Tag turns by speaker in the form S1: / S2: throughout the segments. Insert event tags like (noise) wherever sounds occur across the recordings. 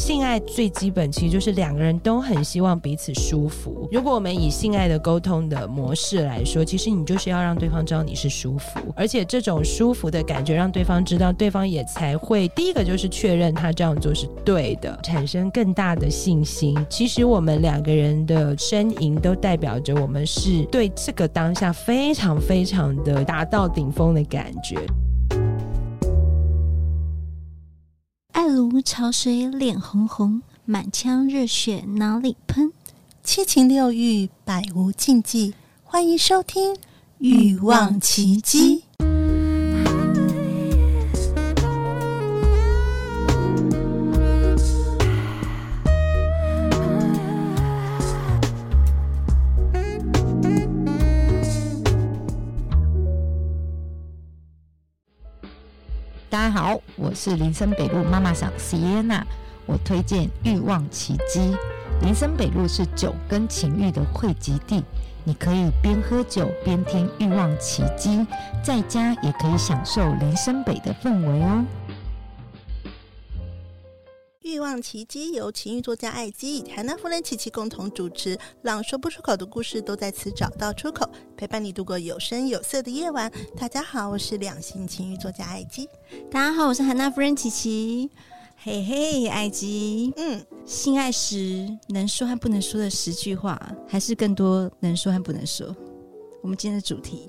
S1: 性爱最基本其实就是两个人都很希望彼此舒服。如果我们以性爱的沟通的模式来说，其实你就是要让对方知道你是舒服，而且这种舒服的感觉让对方知道，对方也才会第一个就是确认他这样做是对的，产生更大的信心。其实我们两个人的呻吟都代表着我们是对这个当下非常非常的达到顶峰的感觉。
S2: 爱如潮水，脸红红，满腔热血哪里喷？
S3: 七情六欲，百无禁忌。欢迎收听《
S2: 欲望奇迹》。
S4: 大家好，我是林森北路妈妈桑 Sienna，我推荐《欲望奇迹》。林森北路是酒跟情欲的汇集地，你可以边喝酒边听《欲望奇迹》，在家也可以享受林森北的氛围哦。
S3: 欲望奇迹》由情欲作家艾姬与海南夫人琪琪共同主持，让说不出口的故事都在此找到出口，陪伴你度过有声有色的夜晚。大家好，我是两性情欲作家艾姬。
S2: 大家好，我是韩娜夫人琪琪。嘿嘿，埃及，
S3: 嗯，
S2: 性爱时能说和不能说的十句话，还是更多能说和不能说？我们今天的主 (laughs) 题，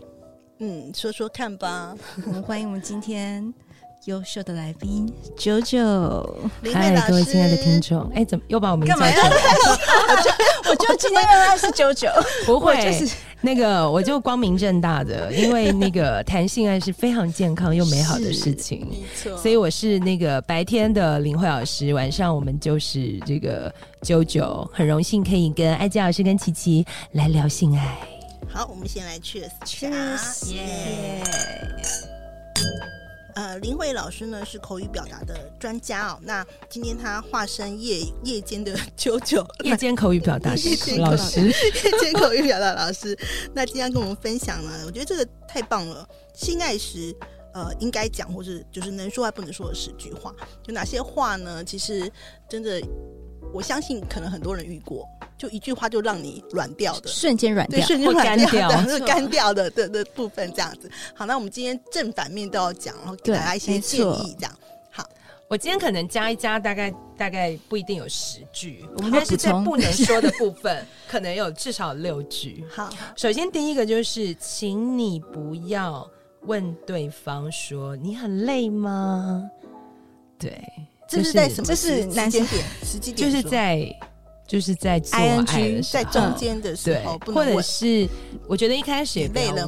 S3: 嗯，说说看吧，
S2: 我们欢迎我们今天优秀的来宾九九。
S3: 林慧
S1: 嗨
S3: 老，师，
S1: 哎各位亲爱的听众，哎，怎么又把我名字叫错了？
S2: 我觉得今天原来是九 (laughs) 九，
S1: 不会，
S2: 就是
S1: 那个我就光明正大的，因为那个谈性爱是非常健康又美好的事情，
S3: 没错，
S1: 所以我是那个白天的林慧老师，晚上我们就是这个九九，很荣幸可以跟艾佳老师跟琪琪来聊性爱。
S3: 好，我们先来 cheers 一下
S2: Cheers
S3: 耶呃，林慧老师呢是口语表达的专家哦。那今天她化身夜夜间的 (laughs) 九九，
S1: 夜间口语表达
S3: 夜间口语
S1: 老师，
S3: 接口语表达老师，那今天要跟我们分享呢，我觉得这个太棒了。性爱时，呃，应该讲或是就是能说还不能说的十句话，有哪些话呢？其实真的，我相信可能很多人遇过，就一句话就让你软掉的。
S2: 瞬间软
S3: 对，
S2: 掉。
S3: 瞬间
S1: 或
S3: 软
S1: 干
S3: 掉
S1: 掉
S3: 的，是干掉的的的部分这样子。好，那我们今天正反面都要讲，然后给
S2: 对
S3: 大家一些
S2: 没
S3: 建
S2: 错
S3: 议，这样。
S1: 我今天可能加一加，大概大概不一定有十句，我们
S2: 好
S1: 但是在
S2: 补充
S1: 不能说的部分， (laughs) 可能有至少六句。
S3: 好，
S1: 首先，第一个就是，请你不要问对方说你很累吗？对，
S3: 这是在
S1: 么？
S3: 什么
S2: 这
S3: 时？
S2: 是男
S3: 时
S2: 生
S3: 间点，时机
S1: 就
S3: 点
S1: 是
S3: 说
S1: 在就是在做
S2: ING
S1: 爱的时
S3: 在
S1: 候
S3: 中间的时
S1: 对
S3: 候，不，能
S1: 或者
S3: 问
S1: 是我觉得一开始也不
S3: 你累
S1: 要
S3: 了吗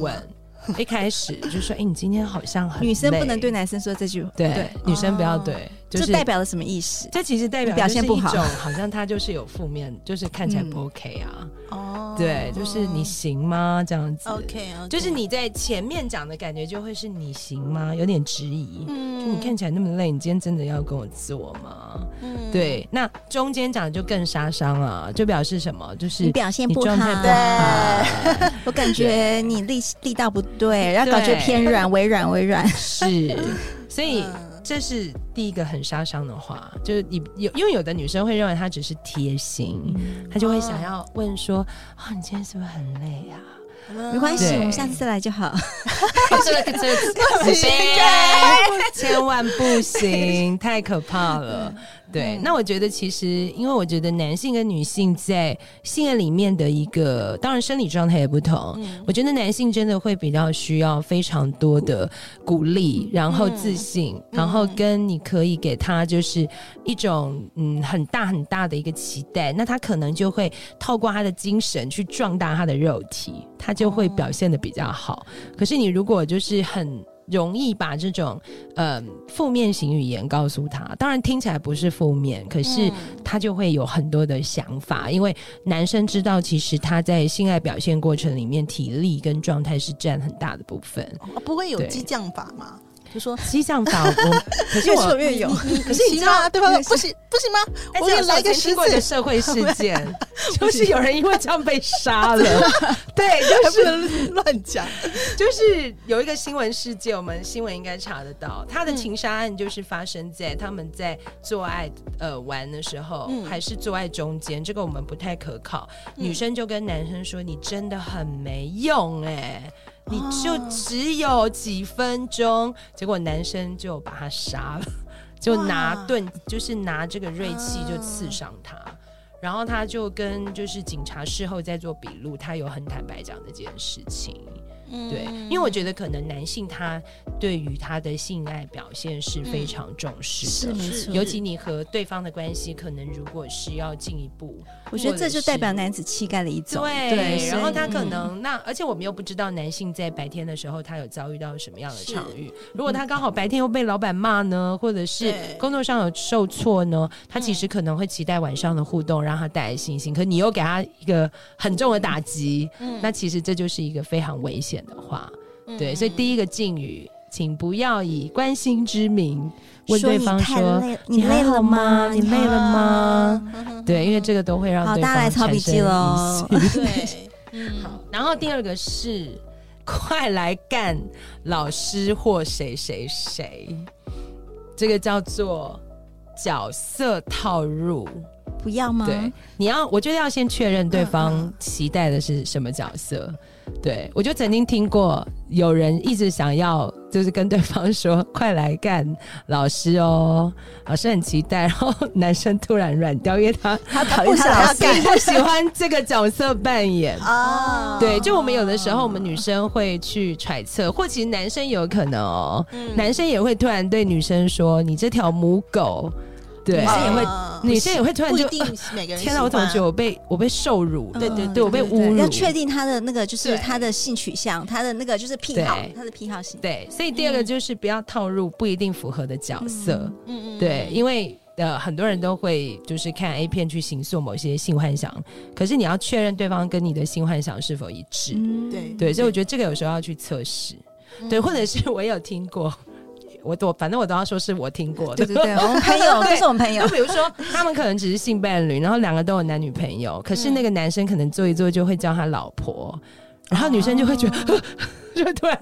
S1: 问，一开始就说，哎、你今天好像很
S2: 女生不能
S1: 累
S2: 对男生说这句话，
S1: 对
S2: 对，
S1: 女生不要
S3: 哦
S1: 对，就
S2: 这
S1: 是
S2: 代表了什么意思？
S1: 这其实代表
S2: 你表现
S1: 就是一
S2: 不好
S1: 种好像他就是有负面，就是看起来不 OK 啊，
S3: 哦
S1: 对，就是你行吗这样子
S3: OK，, o
S1: 就是，你在前面讲的感觉就会是你行
S2: 嗯
S1: 吗？有点质疑。就
S3: 嗯
S1: 你看起来那么累，你今天真的要跟我做吗？
S3: 嗯，
S1: 对，那中间讲就更杀伤了，就表示什么？就是
S2: 你表现
S1: 你
S2: 不
S1: 状态不
S2: 好，
S1: 好，
S2: 我感觉你力力道不对，然后感觉
S1: 对
S2: 偏软、微软、微软。
S1: (laughs) 是，所以
S3: 嗯
S1: 这是第一个很杀伤的话，就是你有，因为有的女生会认为她只是贴心，
S2: 嗯
S1: 她就会
S2: 哦
S1: 想要问说：“啊、你今天是不是很累啊？”
S2: (laughs) 没关系，
S1: 对
S2: 我们下次再来就好。
S1: 这个这个不行，千万不行，太可怕了。对，那我觉得其实，因为我觉得男性跟女性在性爱里面的一个，当然生理状态也不同。我觉得男性真的会比较需要非常多的鼓励，然后自信，然后跟你可以给他就是一种嗯很大很大的一个期待，那他可能就会透过他的精神去壮大他的肉体，他就会表现的比较好。可是你如果就是很容易把这种呃负面型语言告诉他，当然听起来不是负面，可是他就会有很多的想法，因为男生知道其实他在性爱表 (laughs) 现过程里面体力跟状态是占很大的部分。
S3: 哦不会有
S1: 对
S3: 激将法吗？就说
S1: 西向法我，可是
S2: 越说
S1: 我。
S2: 越有。
S3: 你
S1: 可是你
S3: 行
S1: 知道啊
S3: 吗？对方说
S2: 那是
S3: 不行不 (laughs) 行吗？
S1: 但
S3: 我
S1: 是
S3: 给
S1: 有
S3: 你来个
S1: 曾
S3: 十
S1: 经过一个
S3: 次，
S1: 社会事 (laughs) 件，就是有人因为这样被杀了。 (laughs) 对，就
S3: 不
S1: 是
S3: (laughs) 能乱讲。
S1: 就是有一个新闻事件，我们新闻应该查得到，他的情杀案就是发生在他们在做爱呃玩的时候，
S3: 嗯
S1: 还是做爱中间，这个我们不太可靠。
S3: 嗯
S1: 女生就跟男生说：“你真的很没用哎、你就
S3: 哦
S1: 只有几分钟。”结果男生就把他杀了， (laughs) 就拿
S3: 哇
S1: 盾，就是拿这个锐器就刺伤他。然后他就跟就是警察事后在做笔录，他有很坦白讲这件事情。对，因为我觉得可能男性他对于他的性爱表现是非常重视的，
S2: 是没
S3: 是
S2: 错，
S1: 尤其你和对方的关系，可能如果是要进一步，
S2: 我觉得这就代表
S1: 或者
S2: 男子气概的一
S1: 是
S2: 种。
S1: 对，
S2: 对，
S1: 然后他
S2: 所
S1: 可
S2: 以嗯
S1: 能、那，而且我们又不知道男性在白天的时候他有遭遇到什么样的
S3: 是
S1: 场域，如果他刚好白天又被老板骂呢，或者是
S3: 对
S1: 工作上有受挫呢，他
S2: 嗯
S1: 其实可能会期待晚上的互动，让他带来信心，可你又给他一个很重的打击，
S3: 嗯
S1: 那其实这就是一个非常危险的话。
S2: 嗯
S1: 对，所以
S3: 一
S1: 第一个禁语，请不要以关心之名问
S2: 说
S1: 对
S2: 你
S1: 方
S2: 太
S1: 说
S2: 累，
S1: 你
S2: 你累
S1: 还好
S2: 了
S1: 吗？你累了吗？？ (laughs)
S3: 嗯
S1: 对，因为这个都会让
S2: 好
S1: 对
S2: 大家来
S1: 方
S2: 抄
S1: 产
S2: 笔
S1: 生
S2: 记
S1: 疑
S2: 喽
S1: 心
S3: 对，嗯，
S1: 好，然后第二个是快来干老师或谁谁谁，这个叫做角色套入。
S2: (laughs) 不要吗？
S1: 对，你要，我觉得要先确认对
S3: 嗯
S1: 方
S3: 嗯
S1: 期待的是什么角色。对我就曾经听过有人一直想要，就是跟对方说：“ (laughs) 快来干老师哦，老师很期待。”然后男生突然软掉，因为他
S2: 他讨厌他
S3: 不想
S2: 老
S3: 要
S2: 师
S3: 干
S1: 并 (laughs) 不喜欢这个角色扮演。
S3: 啊
S1: 对，就我们有的时候，我们女生会去揣测，或其实男生有可能哦，
S3: 嗯
S1: 男生也会突然对女生说：“你这条母狗。”对，
S2: 女生也会
S3: 啊
S1: 女生也会突然
S3: 不一
S1: 就
S3: 定每个人
S1: (laughs) 天哪，我
S3: 喜
S1: 怎么
S3: 欢
S1: 觉得我被我被受辱？
S2: 嗯
S1: 对对
S2: 嗯
S1: 对，我被侮辱。
S2: 要确定他的那个就是
S1: 对
S2: 他的性取向，他的那个就是癖好
S1: 对，
S2: 他的癖好性。
S1: 对，所以第二个就是不要套入不一定符合的角色。
S3: 嗯嗯
S1: 对，因为呃，很多人都会就是看 A 片去形塑某些性幻想，可是你要确认对方跟你的性幻想是否一致。
S2: 嗯
S3: 对
S1: 对，所以我觉得这个有时候要去测试。对，或者是我也有听过，我我反正我都要说是我听过的。
S2: 对对对，我们
S1: (laughs)
S2: 朋友都是我们朋友
S1: 就，比如说，他们可能只是性伴侣，然后两个都有男女朋友，可是那
S2: 嗯
S1: 个男生可能做一做就会叫他老婆，然后女生就会觉得，
S2: 哦
S1: (laughs) 就突然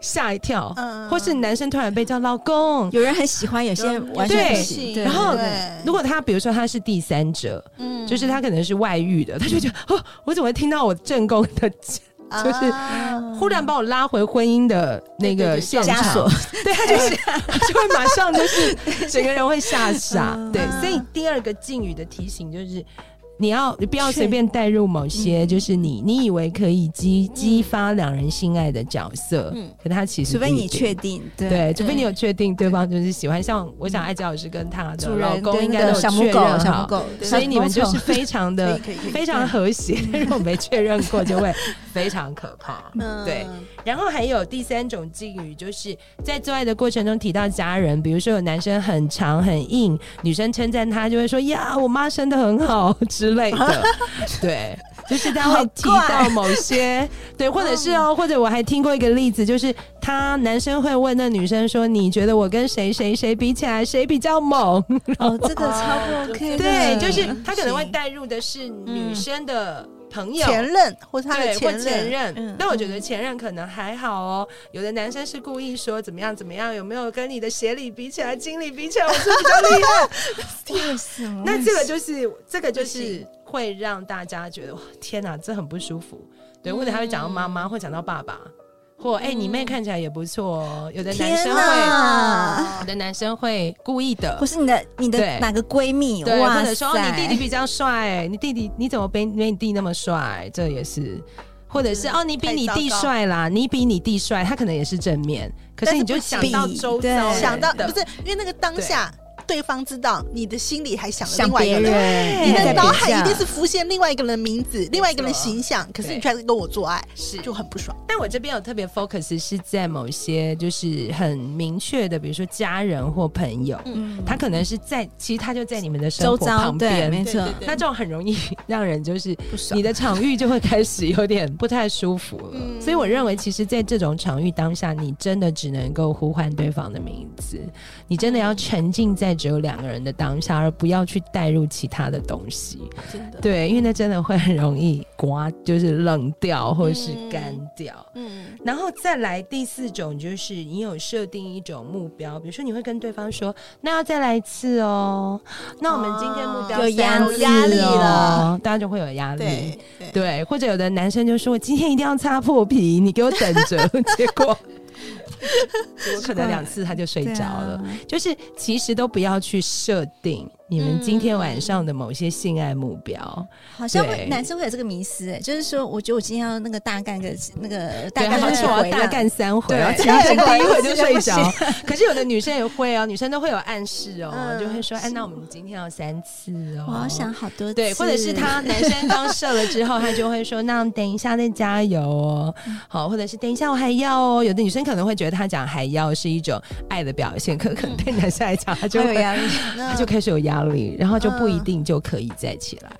S1: 吓一跳，
S3: 嗯
S1: 或是男生突然被叫老公。
S2: 有人很喜欢，有些人完全不行。对
S1: 然后
S3: 对
S1: 如果他比如说他是第三者，
S3: 嗯
S1: 就是他可能是外遇的，他就觉得哦，我怎么会听到我正宫的， (laughs) 就是
S3: 啊
S2: 嗯
S1: 忽然把我拉回婚姻的那
S3: 对对
S1: 个
S3: 对
S1: 现
S2: 枷
S1: 场，
S2: 锁，
S1: (laughs) 对 (laughs) 他就是就会马上就是整个人会吓
S2: (laughs)
S1: 傻。
S2: 嗯
S1: 对，所以第二个敬语的提醒就是。你要你不要随便带入某些，
S2: 嗯
S1: 就是你你以为可以激激发两人性爱的角色，
S3: 嗯
S1: 可他其实
S2: 除非
S1: 不一
S2: 你
S1: 定
S2: 确定，
S1: 对，除非你有确定对方就是喜欢，像我想艾佳老师跟她的
S2: 主
S1: 老
S2: 人
S1: 公
S2: 跟
S1: 应
S2: 那
S1: 该
S2: 个
S1: 都有
S2: 小母
S1: 确
S2: 狗，
S1: 认
S2: 小母
S1: 好，
S2: 狗，
S1: 所以你们就是非常
S3: 可
S2: (laughs)
S1: 的
S3: 以可以可以
S1: 非常和谐，但是我没确认过就会非常可怕。
S3: 嗯
S1: 对然后还有第三种敬语，就是在做爱的过程中提到家人，比如说有男生很长很硬，女生称赞他就会说呀，我妈生的很好之类的，对。就是他会提到某些对，或者是哦，或者我还听过一个例子，就是他男生会问那女生说：“你觉得我跟谁谁谁比起来，谁比较猛？”
S2: 哦，
S1: (laughs)
S2: 这个超不 OK 的。
S1: 对，
S2: (laughs)
S1: 就是他可能会
S3: 是
S1: 带入的是女
S3: 嗯
S1: 生的朋友，
S3: 前任或是他
S1: 对，
S3: 的
S1: 或
S3: 前
S1: 前任。
S3: 任，
S2: 嗯
S1: 但我觉得前任可能还好哦。有的男生是故意说怎么样怎么样，有没有跟你的协理比起来，经理比起来，我
S3: (laughs)
S1: 是比较厉害。
S2: 哇塞
S1: 那这个就是这个就是
S3: 不
S1: 会让大家觉得哇，天哪，这很不舒服。对，
S3: 嗯
S1: 或者他会讲到妈妈，会讲到爸爸，或哎、你妹看起来也不错哦。有的男
S2: 天
S1: 生会，
S2: 哪
S1: 有！的男生会故意的
S2: 或。是你的你
S1: 对
S2: 的哪个闺蜜？
S1: 对，或
S2: 哇
S1: 者说、哦
S2: 塞，
S1: 你弟弟比较帅，你弟弟你怎么没没你弟那么帅？这也是，或者是
S3: 嗯
S1: 哦，你比
S3: 太
S1: 你
S3: 糟
S1: 弟
S3: 糕
S1: 帅啦，你比你弟帅，他可能也是正面，可
S3: 但
S1: 是
S3: 是
S1: 你就
S3: 不
S1: 想
S3: 行
S1: 到周
S2: 对
S1: 遭人
S3: 想到
S1: 的
S3: 不是因为那个当下对方知道你的心里还想了
S2: 想
S3: 另外一
S2: 别
S3: 个人。
S2: 人，
S3: 你
S2: 一直
S3: 的
S2: 在
S3: 脑
S2: 比
S3: 海一
S2: 较
S3: 定是浮现另外一个人的名字，另外一个人
S1: 没
S3: 的
S1: 错
S3: 形象，可是你
S1: 对
S3: 却还是跟我做爱，
S1: 是
S3: 就很不爽。
S1: 但我这边有特别 focus 是在某些就是很明确的，比如说家人或朋友，
S2: 嗯
S1: 他可能是在，其实他就在你们的生
S2: 周
S1: 活
S2: 遭
S1: 旁
S2: 对，
S1: 边，
S2: 没错
S3: 对，对
S1: 那这种很容易 (laughs) 让人就是
S2: 不爽
S1: 你。的场域就会开始有点不太舒服了。
S3: 嗯
S1: 所以我认为，其实，在这种场域当下，你真的只能够呼唤对方的名字，你真的要沉浸在只有两个人的当下，而不要去带入其他的东西。
S3: 真的，
S1: 对，因为那真的会很容易刮，就是冷掉或是干掉。
S3: 嗯，
S1: 然后再来第四种，就是你有设定一种目标，比如说你会跟对方说：“那要再来一次哦。”那我们今天目标
S2: 有压
S1: 三
S2: 力
S1: 次
S3: 了
S1: 哦，大家就会有压力。
S3: 对对
S1: 对，或者有的男生就说：“我今天一定要擦破皮，你给我等着。”
S2: (laughs)
S1: (laughs) 结果，结果可能两次他就睡着了。
S2: 对啊
S1: 就是其实都不要去设定你们今天晚上的某些性爱目标，
S2: 好像会
S1: 对
S2: 男生会有这个迷思，哎就是说，我觉得我今天要那个大干个那个大
S1: 对，他
S2: 干好
S1: 们
S2: 几
S1: 说我
S2: 回
S1: 要
S2: 啦
S1: 大干三回，啊
S2: 对
S1: 然后前
S2: 对
S1: 面第一回
S2: 对
S1: 就睡着。可是有的女生也会哦，女生都会有暗示哦，
S3: 嗯
S1: 就会说：“哎，那我们今天要三次哦。”
S2: 我要想好多次，
S1: 对，或者是他男生刚射了之后，他就会
S3: (laughs)
S1: 说：“那等一下再加油哦。”
S3: 嗯
S1: 好，或者是等一下我还要哦。有的女生可能会觉得他讲还要是一种爱的表现，可可能
S3: 嗯
S1: 对男生来讲，他就
S2: 就有
S1: 会
S2: 压力，
S3: 哎那
S1: 他就开始有压力，然后就不一
S3: 嗯
S1: 定就可以再起来。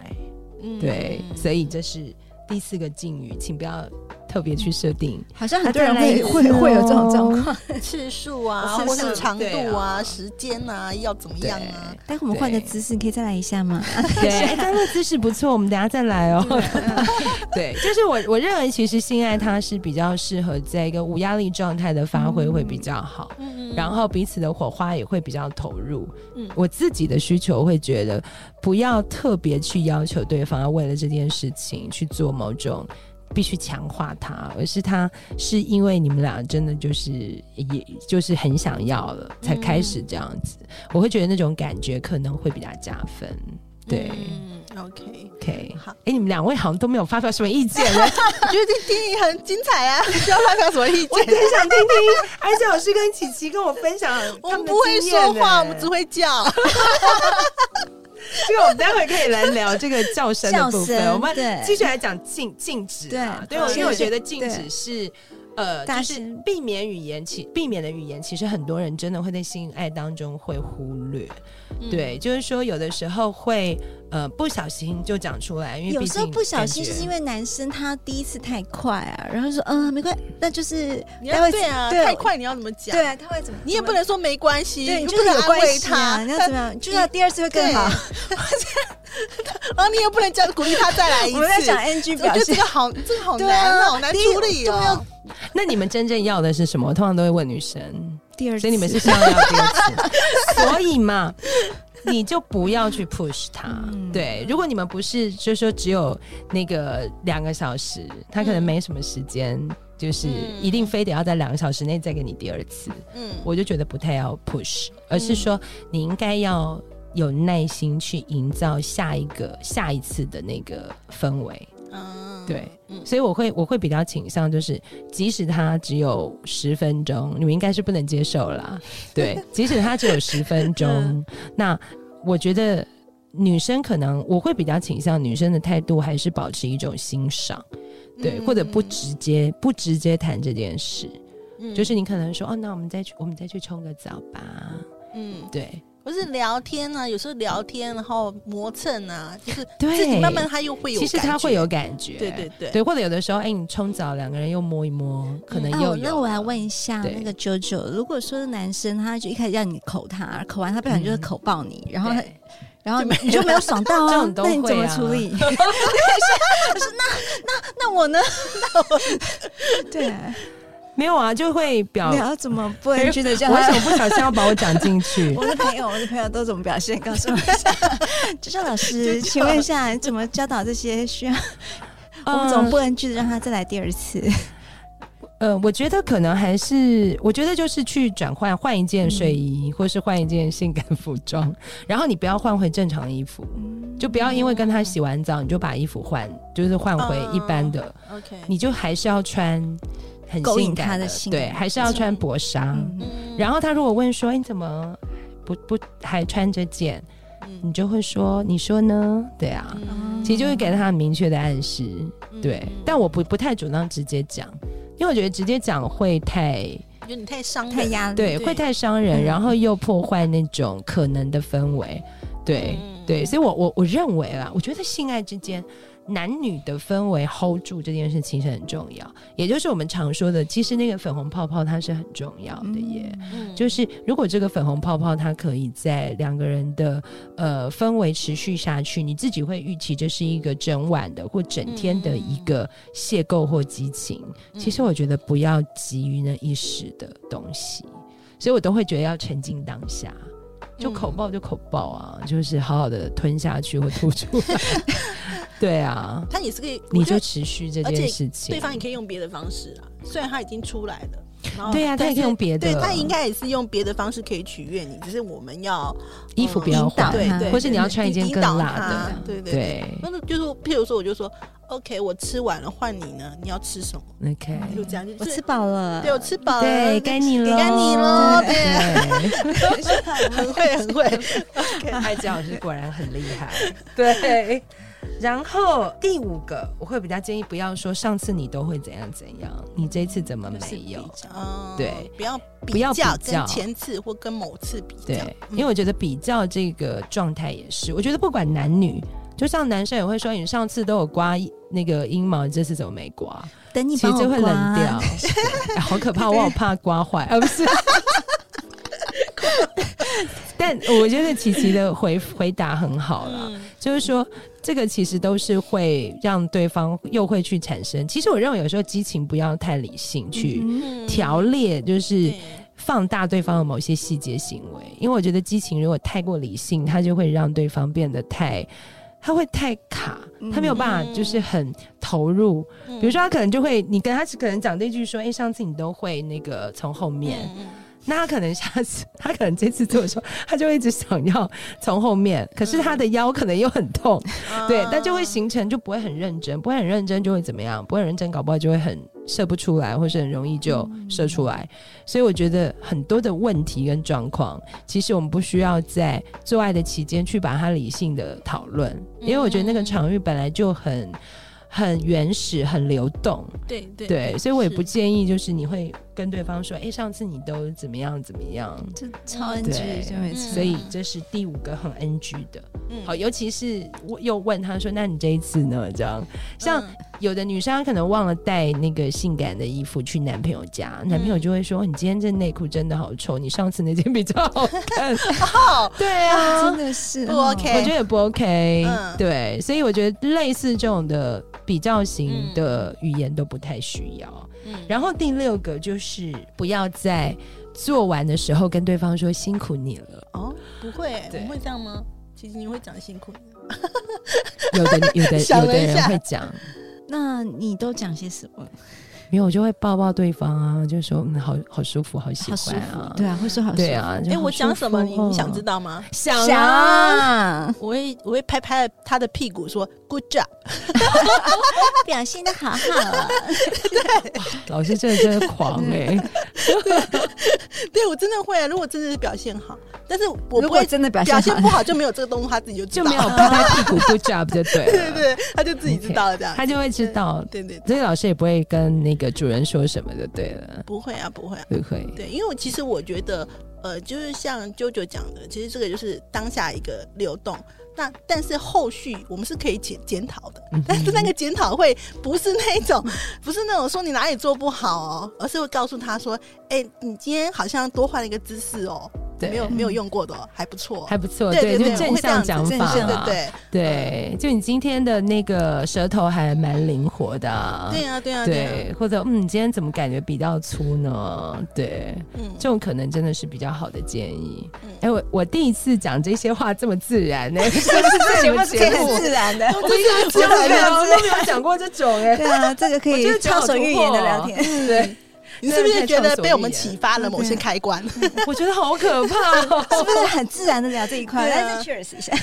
S3: 嗯
S1: 对，所以这是第四个禁语，请不要特别去设定。
S3: 嗯
S2: 好像很
S1: 啊
S2: 多人
S1: 再来一
S2: 会
S1: 次
S2: 会
S1: 哦
S2: 会有这种状况。
S3: (laughs) 次数啊，
S1: 次
S3: 或是
S1: 数
S3: 长
S1: 对
S3: 度啊、
S1: 啊
S3: 时间啊，要怎么样啊？
S2: 待会我们换个
S1: 对
S2: 姿势，你可以再来一下吗？
S1: (laughs) 对，哎刚刚姿势不错，我们等一下再来哦。
S3: 啊
S1: (laughs) 对，就是我我认为其实性爱它是比较适合在一个无压力状态的发挥会比较好。
S3: 嗯
S1: 然后彼此的火花也会比较投入。
S3: 嗯
S1: 我自己的需求会觉得，不要特别去要求对方要为了这件事情去做某种必须强化它，而是它是因为你们俩真的就是也就是很想要了才开始这样
S3: 嗯
S1: 子。我会觉得那种感觉可能会比较加分。对、
S3: 嗯，OK，
S1: o k
S3: 好，
S1: 哎，你们两位好像都没有发表什么意见
S3: (laughs)
S1: 呢，
S3: 我觉得这建议很精彩啊， (laughs) 需要发表什么意
S1: 我很
S3: 见？
S1: 想听听艾姐老师跟琪琪跟我分享
S3: 我
S1: 他们
S3: 们
S1: 的
S3: 不会
S1: 经验
S3: 说话，
S1: 呢
S3: 我们只会叫。
S1: (laughs) 这个我们待会可以来聊这个叫声的部
S2: 叫
S1: 分。
S2: 声
S1: 我们
S2: 对
S1: 继续来讲禁禁止啊，
S2: 对
S1: 对，因为我觉得禁
S2: 对
S1: 止是。呃，
S2: 大
S1: 就是
S2: 声
S1: 避免语言，其避免的语言，其实很多人真的会在性爱当中会忽略，
S2: 嗯
S1: 对，就是说有的时候会呃不小心就讲出来，因为
S2: 有时候不小心是因
S1: 为
S2: 为男生他第一次太快啊，然后说嗯没关，那就是
S3: (laughs) 你
S2: 待
S3: 要
S2: 会
S3: 对啊，
S2: 对
S3: 太快你要怎么讲？
S2: 对啊，他会怎么？
S3: 你也不能说没关系，
S2: 对，你
S3: 你不
S2: 就是
S3: 能
S2: 有
S3: 安
S2: 关
S3: 慰
S2: 系啊，
S3: 他，
S2: 你要怎么样？就是要第二次会更好。
S3: 然后你也不能这样鼓励他再来一次。
S2: (laughs) 哎我们在想 NG
S3: 我觉
S2: 表
S3: 得这
S2: 现，
S3: 个好，这个好
S2: 对啊
S3: 难哦，好难
S2: 第一
S3: 处理哦。
S1: 那你们真正要的是什么？我通常都会问女生，
S2: 第二次
S1: 所以你们是希望要
S2: (laughs)
S1: 第二次，所以嘛，你就不要去 push 他。
S2: 嗯
S1: 对，如果你们不是就是说只有那个两个小时，他可能没什么时间，就是
S3: 嗯
S1: 一定非得要在两个小时内再给你第二次，
S3: 嗯，
S1: 我就觉得不太要
S2: 嗯
S1: push，而是说你应该要有耐心去营造下一个下一次的那个氛围。
S3: 嗯
S1: 对，
S3: 嗯
S1: 所以我会我会比较倾向就是，即使他只有十分钟，你们应该是不能接受
S3: (laughs)
S1: 啦。对，即使他只有十分钟
S3: 嗯，
S1: 那我觉得女生可能我会比较倾向女生的态度还是保持一种欣赏，对，
S3: 嗯
S1: 或者不直接不直接谈这件事，
S3: 嗯
S1: 就是你可能说哦，那我们再去我们再去冲个澡吧，
S3: 嗯，
S1: 对
S3: 不是聊天啊，有时候聊天然后磨蹭啊，就是
S1: 对，
S3: 自己慢慢他又会有
S1: 其
S3: 感
S1: 实
S3: 觉，
S1: 他会有感觉，
S3: 对对对
S1: 对，或者有的时候哎，你冲澡两个人又摸一摸，可
S3: 嗯
S1: 能
S2: 哦，
S1: 又有了、
S2: 那我来问一下
S1: 对
S2: 那个九九，如果说男生他就一开始让你口他，口完他不小心就是
S1: 嗯
S2: 口爆你，然后他
S1: 对
S2: 然后你你就没有爽
S1: (laughs)
S2: 到
S1: 这
S2: 啊
S1: 种，都
S2: 那你怎么
S1: 会啊
S2: 处
S1: (laughs)
S2: 理？ (laughs) 对，是是那那那我呢？ (laughs) 那我 (laughs) 对，
S1: 没有啊，就会表
S2: 你。要怎么不 NG 的叫
S1: 我为什
S2: 他？
S1: 么不小心要把我讲进去
S2: (laughs) 我？的朋友，我的朋友都怎么表现？告诉我
S1: (laughs)
S2: 一下，就像老师，请问一下，你怎么教导这些需要？我
S1: 嗯
S2: 们怎么不 NG 的让他再来第二次？
S1: 呃，我觉得可能还是，我觉得就是去转换，换一件睡衣，或是换一件性感服装，然后你不要换回正常的衣服，就不要因为跟他洗完澡你就把衣服换，就是换回一般的，
S3: OK，
S1: 你就还是要穿很
S2: 啊勾引
S1: 性感
S2: 他的
S1: 的，
S2: 性
S1: 对，
S2: 感
S1: 还是要穿薄纱。
S2: 嗯
S3: 嗯
S1: 然后他如果问说哎你怎么不不还穿着茧，
S3: 嗯
S1: 你就会说你说呢？对啊，
S3: 嗯
S1: 其实就会给他很明确的暗示。对，但我不不太主张直接讲，因为我觉得直接讲会太
S3: 因为你太伤
S2: 太
S3: 人，
S2: 压力，
S1: 对，
S3: 嗯对
S1: 会太伤人，
S2: 嗯
S1: 然后又破坏那种可能的氛围。对、
S3: 嗯
S1: 对，所以我我我认为啦，我觉得性爱之间男女的氛围 hold 住这件事情是很重要，也就是我们常说的，其实那个粉红泡泡它是很重要的耶。
S3: 嗯
S1: 就是如果这个粉红泡泡它可以在两个人的呃氛围持续下去，你自己会预期这是一个整晚的或整天的一
S3: 嗯
S1: 个邂逅或激情。其实我觉得不要急于那一时的东西，所以我都会觉得要沉浸当下。
S3: 嗯
S1: 就口爆就口爆啊，就是好好的吞下去或吐
S3: (laughs)
S1: 出来。对啊，
S3: 他也是可以，我
S1: 你
S3: 觉
S1: 就
S3: 得
S1: 持续这
S3: 而且
S1: 件事情。
S3: 对方也可以用别的方式啊，虽然他已经出来了，然后
S1: 对啊，他也可以用别的，
S3: 对他应该也是用别的方式可以取悦你，只是我们要呃
S1: 衣服不
S3: 嗯
S1: 要
S2: 引导
S1: 换
S2: 他，
S3: 对对，
S1: 或是你要
S3: 对
S1: 穿一件
S3: 引
S1: 更
S3: 导
S1: 辣
S3: 他
S1: 的，
S3: 对对对。
S1: 对。
S3: 那么就是，譬如说，我就说，OK，我吃完了，换你呢，你要吃什
S1: (laughs)
S3: 么？
S1: OK，
S3: 就这样，就
S2: 我
S3: 是
S2: 吃饱了，
S3: 对我吃饱了，
S1: 对，该你
S3: 给
S1: 了，
S3: 该你喽，对，
S1: 对，
S3: 很会很会，
S1: (laughs) 艾吉老师果然很厉害， (laughs) 对。然后第五个，我会比较建议不要说上次你都会怎样怎样，你这次怎么没有？
S3: 嗯，
S1: 对，
S3: 不要
S1: 不要比
S3: 较
S1: 较
S3: 跟前次或跟某次比较，
S1: 对，因为我觉得比较这个状态也是，我觉得不管男女，就像男生也会说你上次都有刮那个阴毛，你这次怎么没刮？
S2: 等你
S1: 其
S2: 帮
S1: 实就
S2: 我
S1: 会冷
S2: 刮 (laughs)
S1: 掉，对哎好可怕！我好怕刮坏，而、不是。 (laughs) 但我觉得琪琪的回回答很好啦，
S3: 嗯
S1: 就是说这个其实都是会让对方又会去产生。其实我认为有时候激情不要太理性去
S3: 嗯
S1: 条列，就是
S3: 对
S1: 放大对方的某些细节行为，因为我觉得激情如果太过理性，它就会让对方变得太。他会太卡，他没有办法，就是很投入。
S3: 嗯
S1: 比如说，他可能就会，你跟他可能讲这句说：“哎、上次你都会那个从后面。
S3: 嗯
S1: 那他可能下次，他可能这次做的时候，他就一直想要从后面，可是他的腰可能又很痛，
S3: 啊嗯
S1: 对，那就会形成就不会很认真，不会很认真就会怎么样？不会很认真，搞不好就会很射不出来，或是很容易就射出来。所以我觉得很多的问题跟状况，其实我们不需要在做爱的期间去把它理性的讨论，因为我觉得那个场域本来就很。很原始，很流动，
S3: 啊对对
S1: 对，所以我也不
S3: 是
S1: 建议，就是你会跟对方说，哎、上次你都怎么样怎么样，
S2: 就超嗯 NG，
S1: 对
S2: 就每次
S1: 所以这是第五个很 NG 的。
S3: 嗯
S1: 好，尤其是我又问他说：“那你这一次呢？”这样，像
S3: 嗯
S1: 有的女生她可能忘了带那个性感的衣服去男朋友家，
S3: 嗯
S1: 男朋友就会说：“你今天这内裤真的好丑，你上次那件比较好
S3: (laughs)
S1: 看。”
S3: 哦
S1: 对啊
S2: 真，的是
S3: 不
S2: 哦
S3: OK
S1: 我觉得也不 OK、
S3: 嗯
S1: 对，所以我觉得类似这种的比较型的语言都不太需要。
S3: 嗯
S1: 然后第六个就是不要在做完的时候跟对方说“辛苦你了”。
S3: 哦，不会，
S1: 对
S3: 你会这样吗？其实你会讲辛苦你，
S1: 有的有的
S3: (laughs) 想
S1: 有
S3: 了
S1: 的
S3: 一
S1: 人
S3: 下
S1: 会讲，
S2: 那你都讲些什么？
S1: 没有我就会抱抱对方啊，就说嗯，好好舒服，好喜
S2: 好舒
S1: 欢
S2: 服
S1: 啊，，
S2: 对啊，会说好舒服。
S1: 对啊。就
S3: 哎，
S1: 好
S3: 我
S1: 舒
S3: 讲什么？
S1: 服
S3: 你
S1: 哦
S3: 你想知道吗？
S1: 想
S2: 想
S1: 啊？
S2: 啊，
S3: 我会我会拍拍他的屁股说 “good
S1: (laughs)
S3: job”，
S2: 表现的 (laughs) 好好啊，
S1: 老师真的真的狂哎，
S3: (laughs) 对我真的会啊。如果真的是表现好，但是我
S2: 如
S3: 不
S2: 果
S3: 会
S2: 真的表现
S3: (laughs) 表
S2: 好
S3: 现不好，就没有这个动作，他自己就知
S1: 就
S3: 道
S1: 没有
S3: 了
S1: 拍拍屁股 good job 就对
S3: (laughs) 对
S1: 了，
S3: 对，对他就自己知道了这样。
S1: 他就会知道，
S3: 对对，对
S1: 所以老师也不会跟那个主人说什么就对了，
S3: 不会啊，不会啊。
S1: 对不会？
S3: 对，因为我其实我觉得，呃，就是像啾啾讲的，其实这个就是当下一个流动。那但是后续我们是可以检检讨的，
S1: 嗯
S3: 但是那个检讨会不是那种，不是那种说你哪里做不好哦，而是会告诉他说，哎、你今天好像多换了一个姿势哦，
S1: 对
S3: 没有没有用过的、哦，还不错、
S1: 还不错，
S3: 对对
S1: 就
S3: 对
S1: 正向讲
S2: 我会这
S1: 法
S2: 样子
S1: 啊，
S3: 对对嗯对，
S1: 对，就你今天的那个舌头还蛮灵活的啊，
S3: 对啊对啊对啊，
S1: 对，或者嗯，你今天怎么感觉比较粗呢？对，
S3: 嗯
S1: 这种可能真的是比较好的建议。哎
S3: 嗯、
S1: 我我第一次讲这些话这么自然呢、欸，是是什么
S2: 可以
S1: 节目
S2: 很？自然的。 (laughs)
S1: 我一个节目都没有都没有讲过这种哎、
S2: 对啊，这个可
S1: 我觉
S2: (laughs) 以
S1: 得觉得
S2: 畅
S1: 好
S2: 所欲言的聊天。
S1: 天。对，
S3: 你是不是觉得被我们
S1: 真
S3: 启
S1: 的太畅所欲言？嗯
S3: 发了某些开关？ (laughs)
S1: 我觉得好可怕哦、
S2: 是不是很自然的聊这一块？
S3: 对啊
S2: 但是 cheers 一下，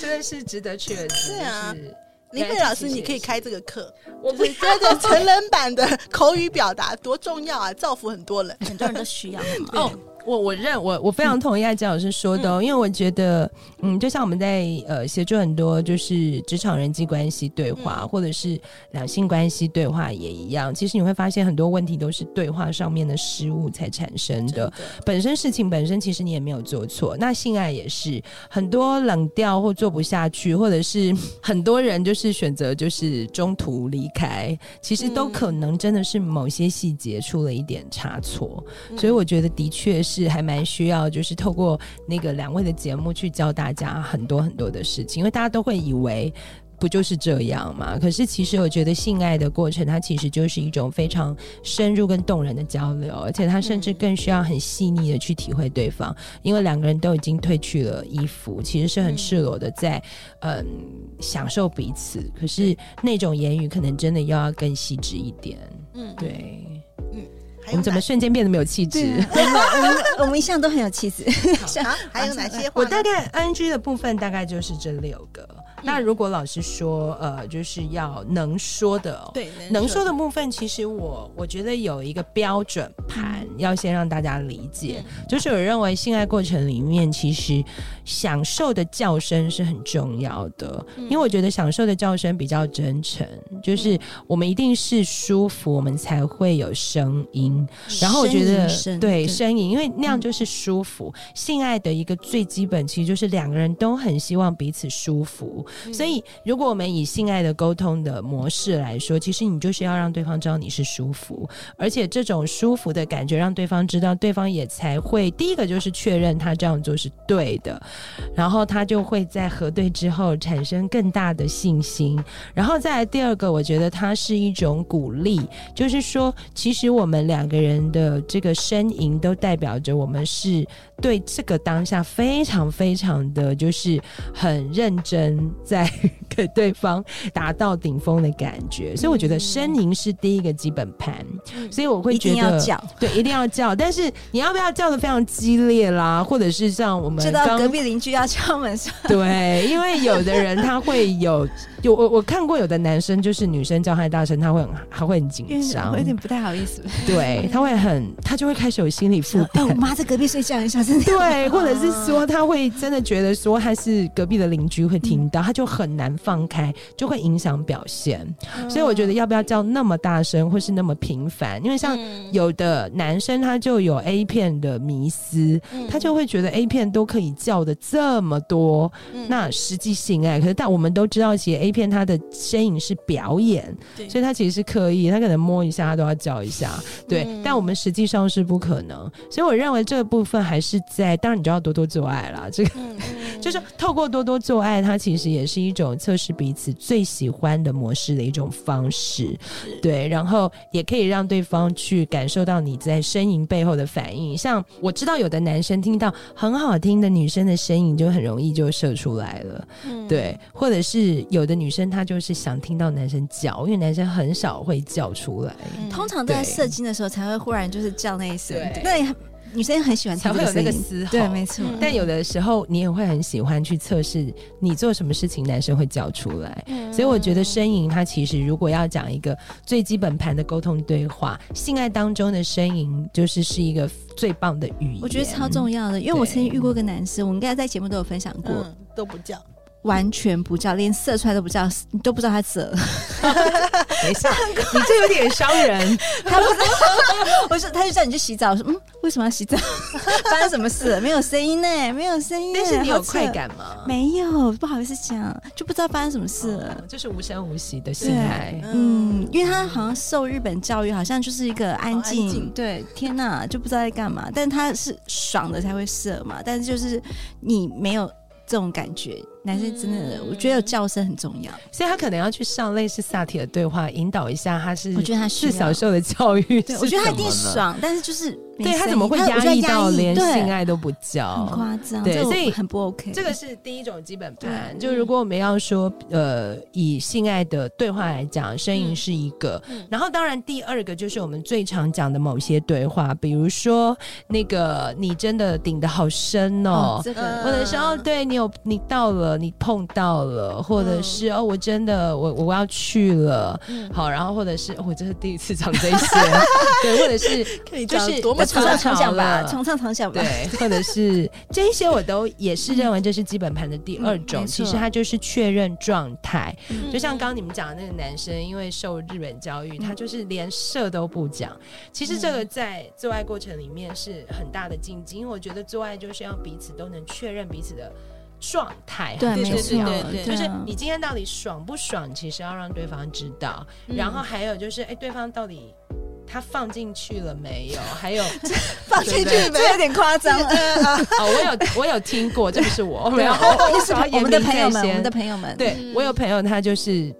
S1: 真的是值得去的。
S3: 对啊
S1: 就是
S3: 林慧老师，你可以开这个课，
S1: 我不
S3: 觉得成人版的口语表达多重要啊，造福很多人。
S1: (laughs)
S2: (laughs) 很多人都需要。
S1: 哦，我我认我我非常同意艾佳老师说的、哦，因为我觉得，嗯，就像我们在呃协助很多就是职场人际关系对话，或者是两性关系对话也一样，其实你会发现很多问题都是对话上面的失误才产生的。本身事情本身其实你也没有做错，那性爱也是很多冷掉或做不下去，或者是 (laughs) 很多人就是选择就是中途离开，其实都
S3: 嗯
S1: 可能真的是某些细节出了一点差错，所以我觉得的确是还蛮需要就是透过那个两位的节目去教大家很多很多的事情，因为大家都会以为。不就是这样嘛？可是其实我觉得性爱的过程，它其实就是一种非常深入跟动人的交流，而且它甚至更需要很细腻的去体会对方，因为两个人都已经褪去了衣服，其实是很赤裸的在嗯享受彼此。可是那种言语可能真的要更细致一点。
S3: 嗯，
S1: 对，
S3: 还
S1: 我
S3: 有
S1: 们怎么
S3: 哪
S1: 瞬间变得没有气
S2: (laughs)
S1: 质？
S2: 我们啊我们我们一向都很有气 (laughs) 质，
S3: 啊？ (laughs) 还有哪些话呢？
S1: 我大概 NG 的嗯部分大概就是这六个。那如果老师说，呃，就是要能说的、哦，
S3: 对
S1: 能说的部分，其实我我觉得有一个标准盘，要先让大家理解，就是我认为性爱过程里面，其实享受的叫声是很重要的，
S2: 嗯
S1: 因为我觉得享受的叫声比较真诚，就是我们一定是舒服，我们才会有声音。然后我觉得
S2: 嗯呻吟声
S1: 对
S2: 对
S1: 呻吟，因为那样就是舒服。性爱的一个最基本，其实就是两个人都很希望彼此舒服。
S2: 嗯
S1: 所以，如果我们以性爱的沟通的模式来说，其实你就是要让对方知道你是舒服，而且这种舒服的感觉让对方知道，对方也才会第一个就是确认他这样做是对的，然后他就会在核对之后产生更大的信心。然后再来第二个，我觉得它是一种鼓励，就是说，其实我们两个人的这个呻吟都代表着我们是对这个当下非常非常的就是很认真，在给对方达到顶峰的感觉。所以我觉得呻吟是第一个基本盘，所以我会
S2: 嗯一
S1: 觉
S2: 定要
S1: 得
S2: 叫，
S1: 对，一定要叫。但是你要不要叫的非常激烈啦，或者是像我们
S2: 知道
S1: 刚
S2: 隔壁邻居要敲门 (laughs) 说
S1: 对，因为有的人他会有有我我看过有的男生就是女生叫太大声，他会很他会很紧张
S2: 我，有点不太好意思。
S1: 对，他会很他就会开始有心理
S2: (laughs)
S1: 负
S2: 哎，我
S1: 担。
S2: 妈在隔壁睡觉，你小声点。
S1: 对，或者是说他会真的觉得说他是隔壁的邻居会听
S2: 嗯
S1: 到，他就很难放开，就会影响表现。
S2: 嗯
S1: 所以我
S3: 嗯
S1: 觉得要不要叫那么大声，或是那么频繁？因为
S2: 嗯
S1: 像
S3: 嗯
S1: 有的男生他就有 A 片的迷思，
S2: 嗯
S1: 他
S3: 嗯
S1: 就会觉得 A 片都可以叫的这么多，
S3: 嗯
S1: 那实际性哎爱，可是但我们都知道，其实 A 片它的呻吟是表演，
S3: 对
S1: 所以他其实是刻意，他可能摸一下他都要叫一下，对，但我们实际上是不可能，所以我认为这个部分还是在，当然你就要多多做爱啦，
S3: 嗯
S1: 这个。就是透过多多做爱，它其实也是一种测试彼此最喜欢的模式的一种方式，对，然后也可以让对方去感受到你在呻吟背后的反应。像我知道有的男生听到很好听的女生的呻吟，就很容易就射出来了，
S2: 嗯
S1: 对，或者是有的女生她就是想听到男生叫，因为男生很少会叫出来，
S2: 通常都在
S1: 对
S2: 射精的时候才会忽然就是叫那一声
S1: 对，
S2: 那也女生也很喜欢
S1: 才
S2: 听
S1: 会
S2: 这
S1: 有那个
S2: 声音。
S1: 嘶吼。
S2: 对，没错。
S1: 但有的时候你也会很喜欢去测试你做什么事情男生会叫出来，所以我觉得呻吟它其实如果要讲一个最基本盘的沟通对话，性爱当中的呻吟就是是一个最棒的语言，
S2: 我觉得超重要的，因为我曾经遇过一个男生，我应该在节目都有分享过，
S3: 嗯都不叫，
S2: 完全不叫，连射出来都不叫，你都不知道他射了。
S1: 等一
S2: (laughs)
S1: 下，你这有点伤人，
S2: 他不知道，我说他就叫你去洗澡，我说嗯，为什么要洗澡？ (laughs) 发生什么事了？没有声音呢，没有声音呢。
S1: 但是你有
S2: 好扯
S1: 快？感吗？
S2: 没有，不好意思讲，就不知道发生什么事了
S1: 哦。就是无声无息的性爱。
S2: 嗯，因为他好像受日本教育，好像就是一个安静，
S3: 安静
S2: 对，天哪，就不知道在干嘛。但他是爽的才会射嘛，但是就是你没有这种感觉，男生真的，我觉得有叫声很重要。
S1: 所以他可能要去上类似萨提的对话，引导一下他是
S2: 我觉得他需
S1: 是
S2: 要
S1: 小受的教育是
S2: 对，
S1: 什么呢，
S2: 我觉得他一定爽，但是就是没
S1: 对他
S2: 声
S1: 怎么
S2: 音
S1: 会
S2: 他我觉
S1: 压
S2: 得
S1: 抑到连
S2: 对
S1: 性爱都不叫
S2: 很？夸张，
S1: 对
S2: 这
S1: 所以
S2: 我很不 OK。
S1: 这个是第一种基本
S3: 嗯
S1: 盘。就如果我们要说，呃，以性爱的对话来讲，呻吟是一个。
S3: 嗯
S1: 然后，当然第二个就是我们最常讲的某些对话，比如说那个你真的顶的好深哦。
S2: 这个
S1: 哦或者是哦，对你有你到了了，你碰到了，或
S3: 嗯
S1: 者是、哦，我真的我我要去了，好，然后或者是、哦我这是第一次讲这些，
S3: (laughs)
S1: 对，或者是
S3: 看你
S1: 就
S3: 讲
S1: 是
S3: 多么
S1: 常
S2: 常
S1: 常常
S2: 上常
S1: 讲
S2: 讲
S1: 吧
S2: 吧，常上常讲吧。
S1: 对， (laughs) 或者是这一些我都也是认为这是基本盘的第二种，
S2: 嗯没
S1: 其
S2: 错
S1: 实它就是确认状态。就像刚
S3: 嗯
S1: 刚你们讲的那个男生，因为受日本教育，他就是连社都不讲。其实
S3: 嗯
S1: 这个在做爱过程里面是很大的禁忌，因为我觉得做爱就是要彼此都能确认彼此的。状态
S2: 对
S1: 很
S3: 没
S1: 重
S3: 错
S1: 要
S3: 对对啊
S1: 就是
S2: 对
S1: 你今天到底爽不爽，其实要让对方知道。
S3: 嗯
S1: 然后还有就是，哎，对方到底他放进去了没有？还有
S3: (laughs) 放进
S1: 对
S3: 去没有
S2: 点夸张了。
S1: (laughs) 哦，我有我有听
S2: (laughs)
S1: 过，这不是我，没有，
S2: 就
S1: 我
S2: 是
S1: 想要
S2: 我
S1: 言
S2: 们的
S1: 明
S2: 朋
S1: 在
S2: 友们，我
S1: 先
S2: 们的朋友们，
S1: 对、
S3: 嗯
S1: 我有朋友，他就是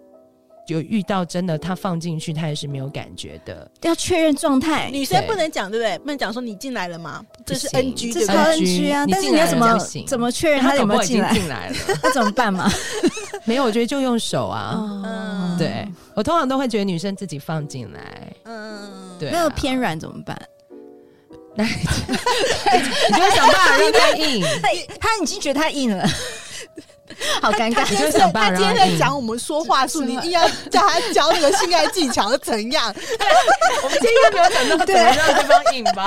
S1: 有遇到真的，他放进去他也是没有感觉的，
S2: 要确认状态，
S3: 女生
S1: 对
S3: 不能讲，对不对？不能讲说你进来了吗？这是
S1: 不行
S3: NG，
S2: 这
S3: 对
S2: 是
S3: 不
S1: 高
S3: 对？
S2: 超
S1: NG
S2: NG 啊！
S1: 你
S2: 但是
S1: 进
S2: 你
S1: 来了
S2: 要怎
S1: 就
S2: 么
S1: 行
S2: 怎么确认
S1: 他
S2: 有没
S1: 搞不
S2: 有
S1: 好已经
S2: 进来？
S1: 进来了， (laughs)
S2: 那怎么办嘛？
S1: 没有，我觉得就用手啊。
S3: 嗯
S2: 哦
S1: 对，我通常都会觉得女生自己放进来，
S3: 嗯，
S1: 对、啊，
S2: 那个偏软怎么办？
S1: 你就会想办法让它
S2: (laughs)
S1: 硬，
S2: 他他已经觉得他硬了， (laughs) 好尴
S3: 他
S1: 你
S2: 尬
S3: 今。
S1: 就
S3: 天
S1: 想
S3: 在
S1: 办法
S3: 他今天
S1: 让他
S3: 在讲我们说
S1: (laughs)
S3: 话术，你硬要叫他教那个性爱技巧怎样？
S1: 我们今天应该没有讲到怎么
S2: (laughs)
S1: 让 (laughs) 对方硬吧？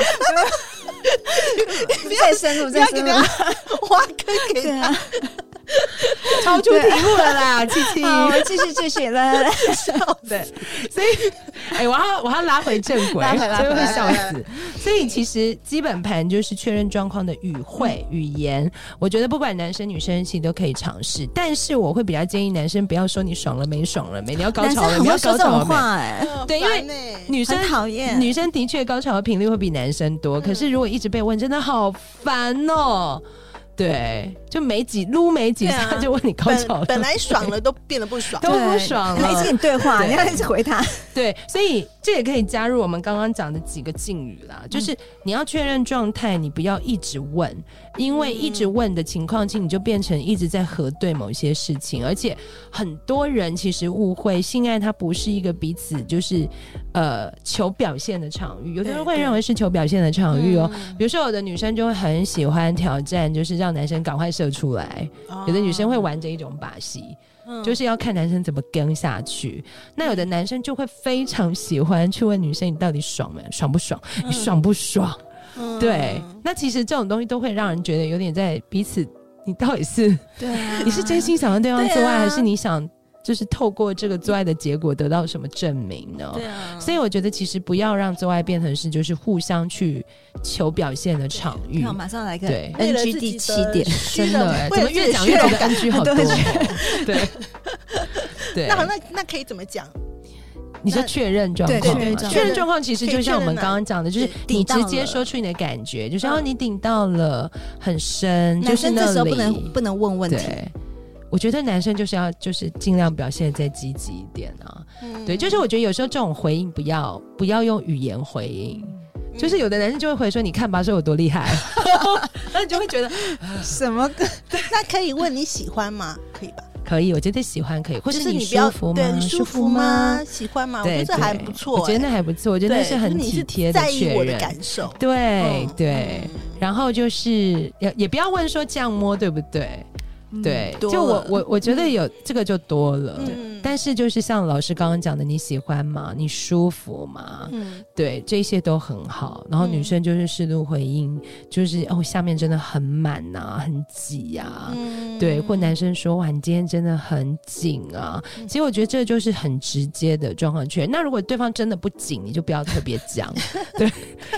S2: 再深入，
S3: 不要
S2: 再
S3: 给
S2: 深入。
S3: 他挖坑给
S2: 对
S3: 他。
S2: 啊，
S1: 超出题目了啦，七七。
S2: 好，我们继续继续，来来来，
S1: 对，所以， (laughs) 哎、我要我要拉回正轨，
S2: 拉
S1: (laughs)
S2: 回拉回
S1: 所以会
S2: 拉
S3: 回
S1: 笑
S3: 拉
S1: 死。所以其实基本盘就是确认状况的语汇、
S2: 嗯
S1: 语言，我觉得不管男生女生其实都可以尝试，但是我会比较建议男生不要说你爽了没爽了没，你要高
S2: 男生
S1: 潮了
S2: 很
S1: 没，
S2: 会
S1: 要
S2: 说
S1: 高
S2: 这
S1: 潮
S2: 种
S1: 了没。
S2: 话哎，
S1: 对因为
S3: 为
S1: 女生
S2: 很讨厌。嗯
S1: 女生的确高潮的频率会比男生多，可是如果一直被问，真的好烦哦。对，就没几撸没几
S3: 对啊
S1: 下就问你高潮了
S3: 本，本来爽了都变得不
S1: (laughs)
S3: 爽
S1: 都，不爽
S2: 他一直
S1: 了。
S2: 跟你对话，
S1: 对
S2: 你要一直回他。
S1: 对，所以这也可以加入我们刚刚讲的几个敬语啦，就是你要确认状态，你不要一直问，因为一直问的情况，其实你就变成一直在核对某些事情，而且很多人其实误会性爱它不是一个彼此就是呃求表现的场域，有的人
S3: 对
S1: 会
S3: 对
S1: 认为是求表现的场域哦。
S3: 嗯
S1: 比如说，有的女生就会很喜欢挑战，就是让男生赶快射出来；有的女生会玩这一种把戏。
S3: 嗯
S1: 就是要看男生怎么跟下去。那有的男生就会非常喜欢去问女生：“你到底爽没？爽不爽？你爽不爽？”
S3: 嗯
S1: 对，那其实这种东西都会让人觉得有点在彼此，你到底
S3: (laughs)
S1: 是、
S2: 对啊
S1: 你是真心想要对方做爱，
S3: 对啊
S1: 还是你想就是透过这个做爱的结果得到什么证明呢？
S3: 对啊，
S1: 所以我觉得，其实不要让做爱变成是就是互相去求表现的场域
S2: 看，我马上来个
S1: 对
S2: NG 第七点，
S1: 真的哎、
S3: 为
S1: 怎
S3: 了
S1: 么
S3: 自己
S1: 越讲越
S3: 虚
S1: 觉
S3: 荣 (laughs)
S1: 得安居好多
S2: 对
S1: 哦？对对，
S3: 那好那那可以怎么讲？
S1: 你说
S3: 那
S1: 确认状
S2: 对
S1: 况
S2: 确认
S1: 吗，
S2: 状
S1: 确认
S3: 况
S1: 状况其实
S3: 可以
S1: 就像我
S3: 确
S1: 们
S3: 认啊
S1: 刚刚讲的，就是
S3: 对
S1: 你
S2: 顶到
S1: 直
S2: 了
S1: 接说出你的感觉，就是哦，
S3: 嗯
S1: 你顶到了，很深，就
S2: 男
S1: 是
S2: 生
S1: 那
S2: 这
S1: 里。
S2: 时候不能不能问问题，
S1: 对，我觉得男生就是要就是尽量表现得再积极一点啊。
S3: 嗯
S1: 对，就是我觉得有时候这种回应不要不要用语言回应，
S3: 嗯
S1: 就是有的男生就会回说你看吧，说我多厉
S3: (laughs)
S1: 害， (laughs) 那你就会觉得
S2: 什么歌？
S3: 那可以问你喜欢吗？可以吧？
S1: 可以，我觉得喜欢可以，或者
S3: 就是
S1: 你
S3: 你不要
S1: 舒服
S3: 对
S1: 吗？
S3: 你舒服
S1: 吗
S3: 吗？？喜欢吗？我觉
S1: 对，
S3: 得这还
S1: 对
S3: 不错，
S1: 我觉得那
S3: 哎
S1: 还不错，我觉得那
S3: 对
S1: 是很
S3: 就是你
S1: 体贴
S3: 在
S1: 确
S3: 意我的
S1: 认。
S3: 感受，
S1: 对、
S3: 嗯
S1: 对，
S3: 嗯
S1: 然后就是也也不要问说这样摸对不对，
S2: 嗯
S1: 对，
S3: 嗯多
S1: 就我
S3: 了
S1: 我我觉得有、这个就多了。
S3: 嗯
S1: 但是就是像老师刚刚讲的，你喜欢吗？你舒服吗？
S3: 嗯
S1: 对，这些都很好。然后女
S3: 嗯
S1: 生就是适度回应，就是哦，下面真的很满呐、很挤呀、
S3: 嗯
S1: 啊对，或男生说哇，你今天真的很紧啊。
S3: 嗯
S1: 其实我觉得这就是很直接的状况确认。那如果对方真的不紧，你就不要特别
S3: (laughs)
S1: 讲。对，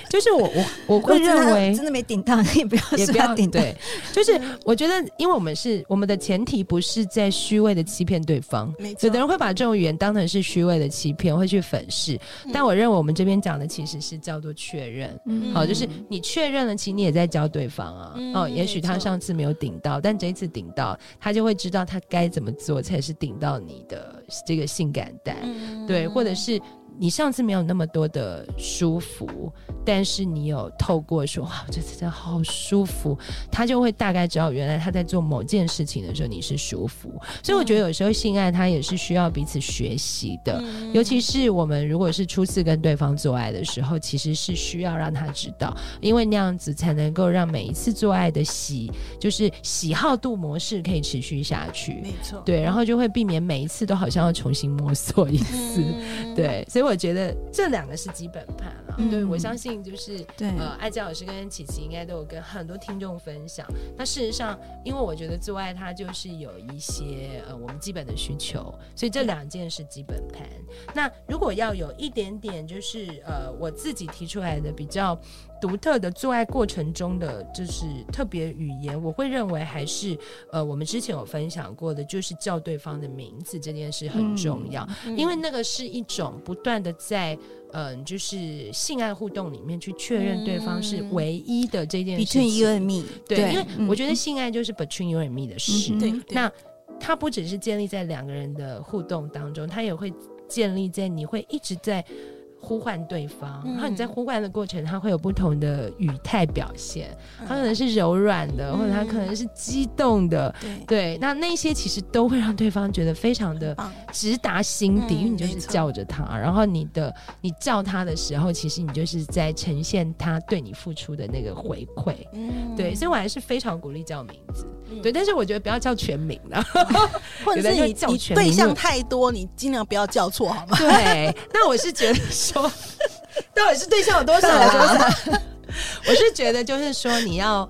S1: 就是我我我会
S2: 如果真
S1: 认
S2: 的
S1: 为
S2: 真的没顶到，也不要
S1: (laughs) 也
S2: 说
S1: 不要
S2: 顶到。
S1: 对，就是我觉得，因为我们是我们的前提不是在虚伪的欺骗对方
S3: 没，错
S1: 有的人会把这种语言当成是虚伪的欺骗，会去粉饰。但我认为我们这边讲的其实是叫做确认。
S2: 嗯
S1: 好，就是你确认了，其实你也在教对方啊。
S3: 嗯
S1: 哦，也许他
S3: 没错
S1: 上次没有顶到，但这一次顶到，他就会知道他该怎么做才是顶到你的这个性感带。
S3: 嗯
S1: 对，或者是你上次没有那么多的舒服，但是你有透过说哇，我这次真的好舒服，他就会大概知道原来他在做某件事情的时候你是舒服。所以我觉得有时候性爱它也是需要彼此学习的，
S3: 嗯
S1: 尤其是我们如果是初次跟对方做爱的时候，其实是需要让他知道，因为那样子才能够让每一次做爱的喜，就是喜好度模式可以持续下去。
S3: 没错，
S1: 对，然后就会避免每一次都好像要重新摸索一次。
S3: 嗯，
S1: 对，所以我觉得这两个是基本盘了。
S2: 嗯
S1: 对，我相信就是
S2: 对
S1: 呃，艾佳老师跟琪琪应该都有跟很多听众分享。那事实上，因为我觉得做爱它就是有一些呃我们基本的需求，所以这两件是基本盘。那如果要有一点点就是呃我自己提出来的比较独特的做爱过程中的就是特别语言，我会认为还是呃我们之前有分享过的，就是叫对方的名字这件事很重要。
S3: 嗯
S1: 因为那个是一种不断的在嗯、就是性爱互动里面去确认对方是
S3: 嗯
S1: 唯一的这件事情。
S2: between you and me，嗯
S1: 对，因为我
S2: 得
S1: 觉得性爱就是 between you and me 的事。
S2: 嗯
S3: 对，
S2: 嗯
S3: 对
S1: 那它不只是建立在两个人的互动当中，它也会建立在你会一直在。呼唤对方，
S3: 嗯
S1: 然后你在呼唤的过程，它会有不同的语态表现，它可
S3: 嗯
S1: 能是柔软的，或者它可能是激动的，
S3: 对，
S1: 对，那那些其实都会让对方觉得非常的
S3: 棒，
S1: 直达心底，
S3: 嗯
S1: 因为你就是
S3: 没错
S1: 叫着他，然后你的你叫他的时候，其实你就是在呈现他对你付出的那个回馈。
S3: 嗯
S1: 对，所以我还是非常鼓励叫名字，
S3: 嗯
S1: 对，但是我觉得不要叫全名了。
S3: 或者
S1: 有的
S3: 是
S1: 人
S3: 你
S1: 叫
S3: 你
S1: 全
S3: 对
S1: 名
S3: 象
S1: 我
S3: 太多，你尽量不要叫错，
S1: (laughs)
S3: 好吗？
S1: 对，那我是觉得说，到底是对象有多少？有多少？ (laughs) 我是觉得就是说，你要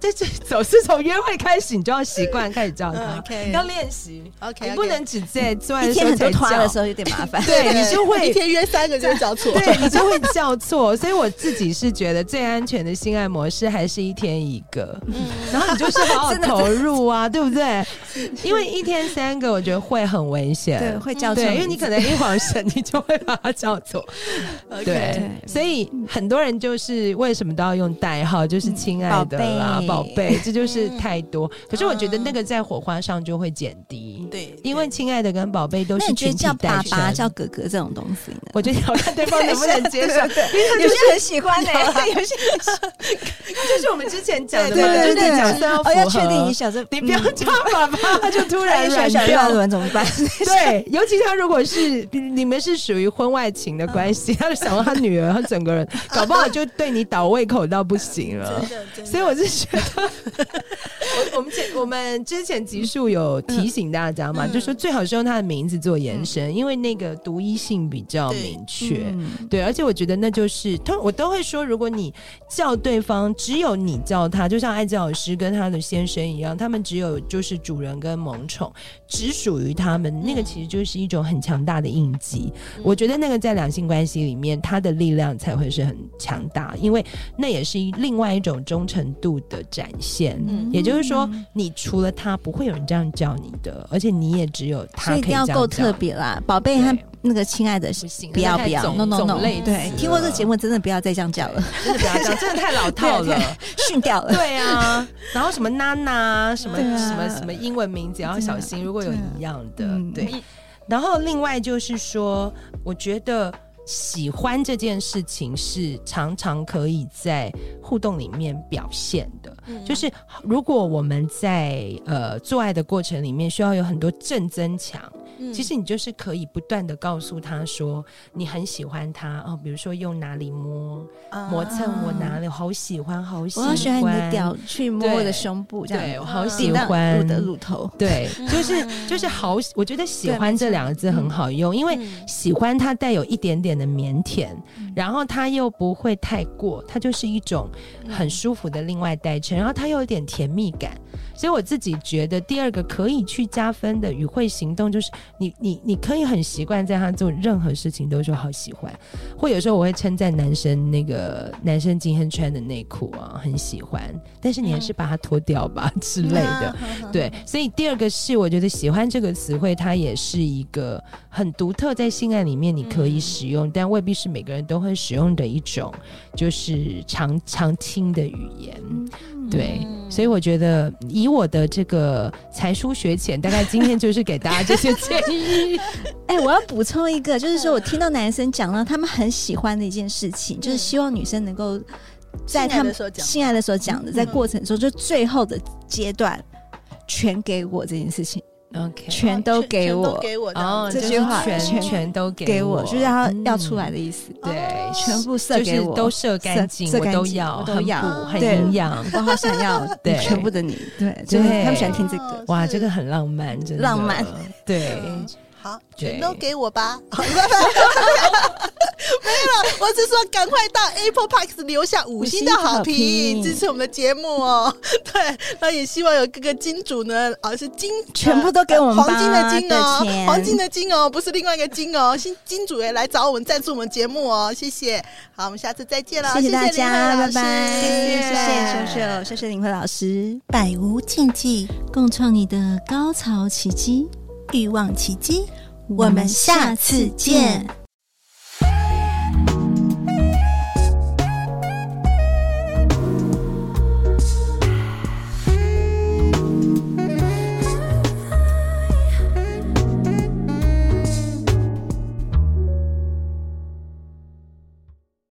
S1: 这这总是从约会开始，你就要习惯开始叫他，
S3: OK
S1: 要练习。
S3: OK，
S1: 你不能只在做爱
S2: 一
S1: 的时
S2: 天
S1: 候
S2: 很多
S1: 才
S2: 花
S1: 叫。
S2: 的时候有点麻
S1: (laughs)
S2: 烦
S1: 对你就会
S3: 一天约三个就会叫错，
S1: 对你就会叫错，所以我自己是觉得最安全的性爱模式还是一天一个，
S2: 嗯
S1: 然后你就是好好
S2: 真的
S1: 投入
S2: (laughs)
S1: 啊，对不对？因为一天三个，我觉得会很危险。
S2: 对，会叫
S1: 对，
S2: 错
S1: 因为你
S2: 名字
S1: 可能一晃神，你就会把它叫
S2: (laughs)
S1: 错。
S3: OK
S1: 对，
S2: 嗯
S1: 所以很多人就是为什么都要用代号，就是亲爱的啦，宝
S2: 嗯宝贝嗯
S1: 贝，这就是太多。可是我觉得那个在火花上就会减低，
S3: 对，
S1: 因为亲爱的跟宝贝都
S2: 那
S1: 是
S2: 你觉
S1: 群
S2: 得
S1: 体
S2: 叫
S1: 诞
S2: 爸爸、
S1: 生
S2: 叫哥哥这种东西 (laughs) 呢？
S1: 我觉得要看对方能不能
S2: (laughs)
S1: 接受，因为他
S2: 有
S1: 就
S2: 些
S1: 是
S2: 很喜欢呢，
S1: (laughs)
S2: 有些
S1: 就是我们之前讲的
S2: 对
S1: 嘛，就
S2: 对
S1: 是
S2: 对，
S1: 角色要符
S2: 哦，
S1: 合。
S2: 要确定你小时候，
S1: 你不要
S2: 嗯
S1: 叫爸爸， (laughs) 他就突然
S2: 小
S1: 软
S2: 小
S1: 掉
S2: 乱伦怎么办？
S1: (laughs) 对，尤其他如果是你们是属于婚外情的关系， (laughs) 他就想到他女儿，他整个人搞不好就对你倒胃口到不行
S2: (laughs)
S1: 了
S3: 真。的，真的
S1: 所以我是觉得， (laughs) 我我们前我们之前集数有提醒大家嘛，
S3: 嗯
S1: 就说最好是用他的名字做延伸，因为那个独一性比较
S3: 对
S1: 明确。
S2: 嗯
S1: 对，而且我觉得那就是，通我都会说，如果你叫对方，只有你叫他，就像艾教老师跟他的先生一样，他们只有就是主人跟萌宠，只属于他们，
S2: 嗯
S1: 那个其实就是一种很强大的印记。我觉得那个在两性关系里面，它的力量才会是很强大，因为那也是一另外一种忠诚度的展现。
S3: 嗯
S1: 也就是说，你除了他，不会有人这样叫你的，而且你也只有他
S2: 所
S1: 可以这
S2: 以一定要
S1: 样
S2: 够
S1: 叫
S2: 特别啦，宝贝和
S1: 对
S2: 那个亲爱的，
S1: 不行，
S2: 不要
S1: 那
S2: 不要
S1: 太
S2: ，no
S1: 种
S2: no
S1: 种
S2: no，
S1: 类
S2: 对
S1: 词，
S2: 听过这
S1: 了
S2: 节目真的不要再这样
S1: (laughs)
S2: 叫了，
S1: 真的不要这样，真的太老套
S2: 对
S1: 了。
S2: 训掉了。
S1: 对啊，然后什么娜娜，什么
S2: 对啊
S1: 什么什么英文名字，要小心，如果有一样的，
S2: 对
S1: 对。然后另外就是说，我觉得喜欢这件事情是常常可以在互动里面表现的。
S3: 嗯
S1: 就是如果我们在呃做爱的过程里面需要有很多正增强，
S3: 嗯
S1: 其实你就是可以不断的告诉他说你很喜欢他哦，比如说用哪里摸，磨蹭我哪里，好喜欢，好喜
S2: 啊我
S1: 欢，
S2: 要喜欢你的屌，去摸我的
S1: 对
S2: 胸部，这
S1: 对
S2: 样啊
S1: 我好
S3: 嗯
S1: 喜
S2: 顶到
S1: 欢
S2: 我的乳头。
S1: 对， (laughs) 就是
S3: 嗯
S1: 就是好，我觉得喜
S2: 对
S1: 欢
S2: 没
S1: 这
S2: 错嗯
S1: 两个字很好用，因为喜欢它带有一点点的腼腆，然后它又不会太过，它就是一种很舒服的另外代称，然后它又有点甜蜜感。所以我自己觉得，第二个可以去加分的语汇行动，就是你你你可以很习惯在他做任何事情都说好喜欢，或有时候我会称赞男生那个男生今天穿的内裤啊很喜欢，但是你还是把它脱掉吧、之类
S2: 啊
S1: 的。对，所以第二个是我觉得“喜欢”这个词汇，它也是一个很独特，在性爱里面你可以使用，但未必是每个人都会使用的一种，就是常常青的语言。对，所以我觉得以我的这个才疏学浅，大概今天就是给大家这些建议。
S2: 哎、我要补充一个，就是说我听到男生讲到他们很喜欢的一件事情，就是希望女生能够在
S3: 性爱
S2: 他
S3: 的
S2: 们
S3: 时候讲，
S2: 性嗯爱的时候讲的，在
S3: 嗯
S2: 过程中就最后的阶段。全给我这件事情，
S1: OK，
S2: 全都
S3: 全
S2: 给
S3: 全
S2: 我
S3: 都，给我
S1: 哦，
S2: 这
S3: 样子
S1: 就是
S2: 句话
S1: 全
S2: 全
S1: 全都给
S2: 给我，
S1: 我，
S2: 就是要
S1: 嗯
S2: 要出来的意思。
S1: 对，
S2: 全部射
S1: 就
S2: 给
S1: 是
S2: 我，
S1: 都射干净，
S2: 射
S1: 我
S2: 干
S1: 都
S2: 净
S1: 要，
S2: 我都
S1: 很
S2: 要
S1: 补，很
S2: 对
S1: 营养。
S2: 我好想 (laughs) 要
S1: 对
S2: 你全部的你，对，就是
S1: 对
S2: 他们喜欢听这个。
S1: 哇，
S3: 是
S1: 这个很浪漫，真的
S2: 浪漫。
S1: 对，
S3: 好，
S1: 对
S3: 全都给我吧。 (laughs) 没有啦，我只说赶快到 Apple Park 留下五星的好
S2: 五星好
S3: 评，
S2: 评
S3: 支持我们的节目哦。 (laughs) 对，那也希望有各个金主呢，啊是金，呃
S2: 全部都给我们吧
S3: 黄金的金哦
S2: 对，钱
S3: 黄金的金哦，不是另外一个金哦，新金主也来找我们赞助我们节目哦，谢谢。好，我们下次再见啦，
S2: 谢
S3: 谢
S2: 大家，
S3: 林慧
S2: 拜
S3: 老师
S2: 拜，
S3: 谢
S2: 谢谢秀秀，谢谢林慧老师，
S5: 百无禁忌，
S2: 共创你的高潮奇迹，
S5: 欲望奇迹。我们下次见。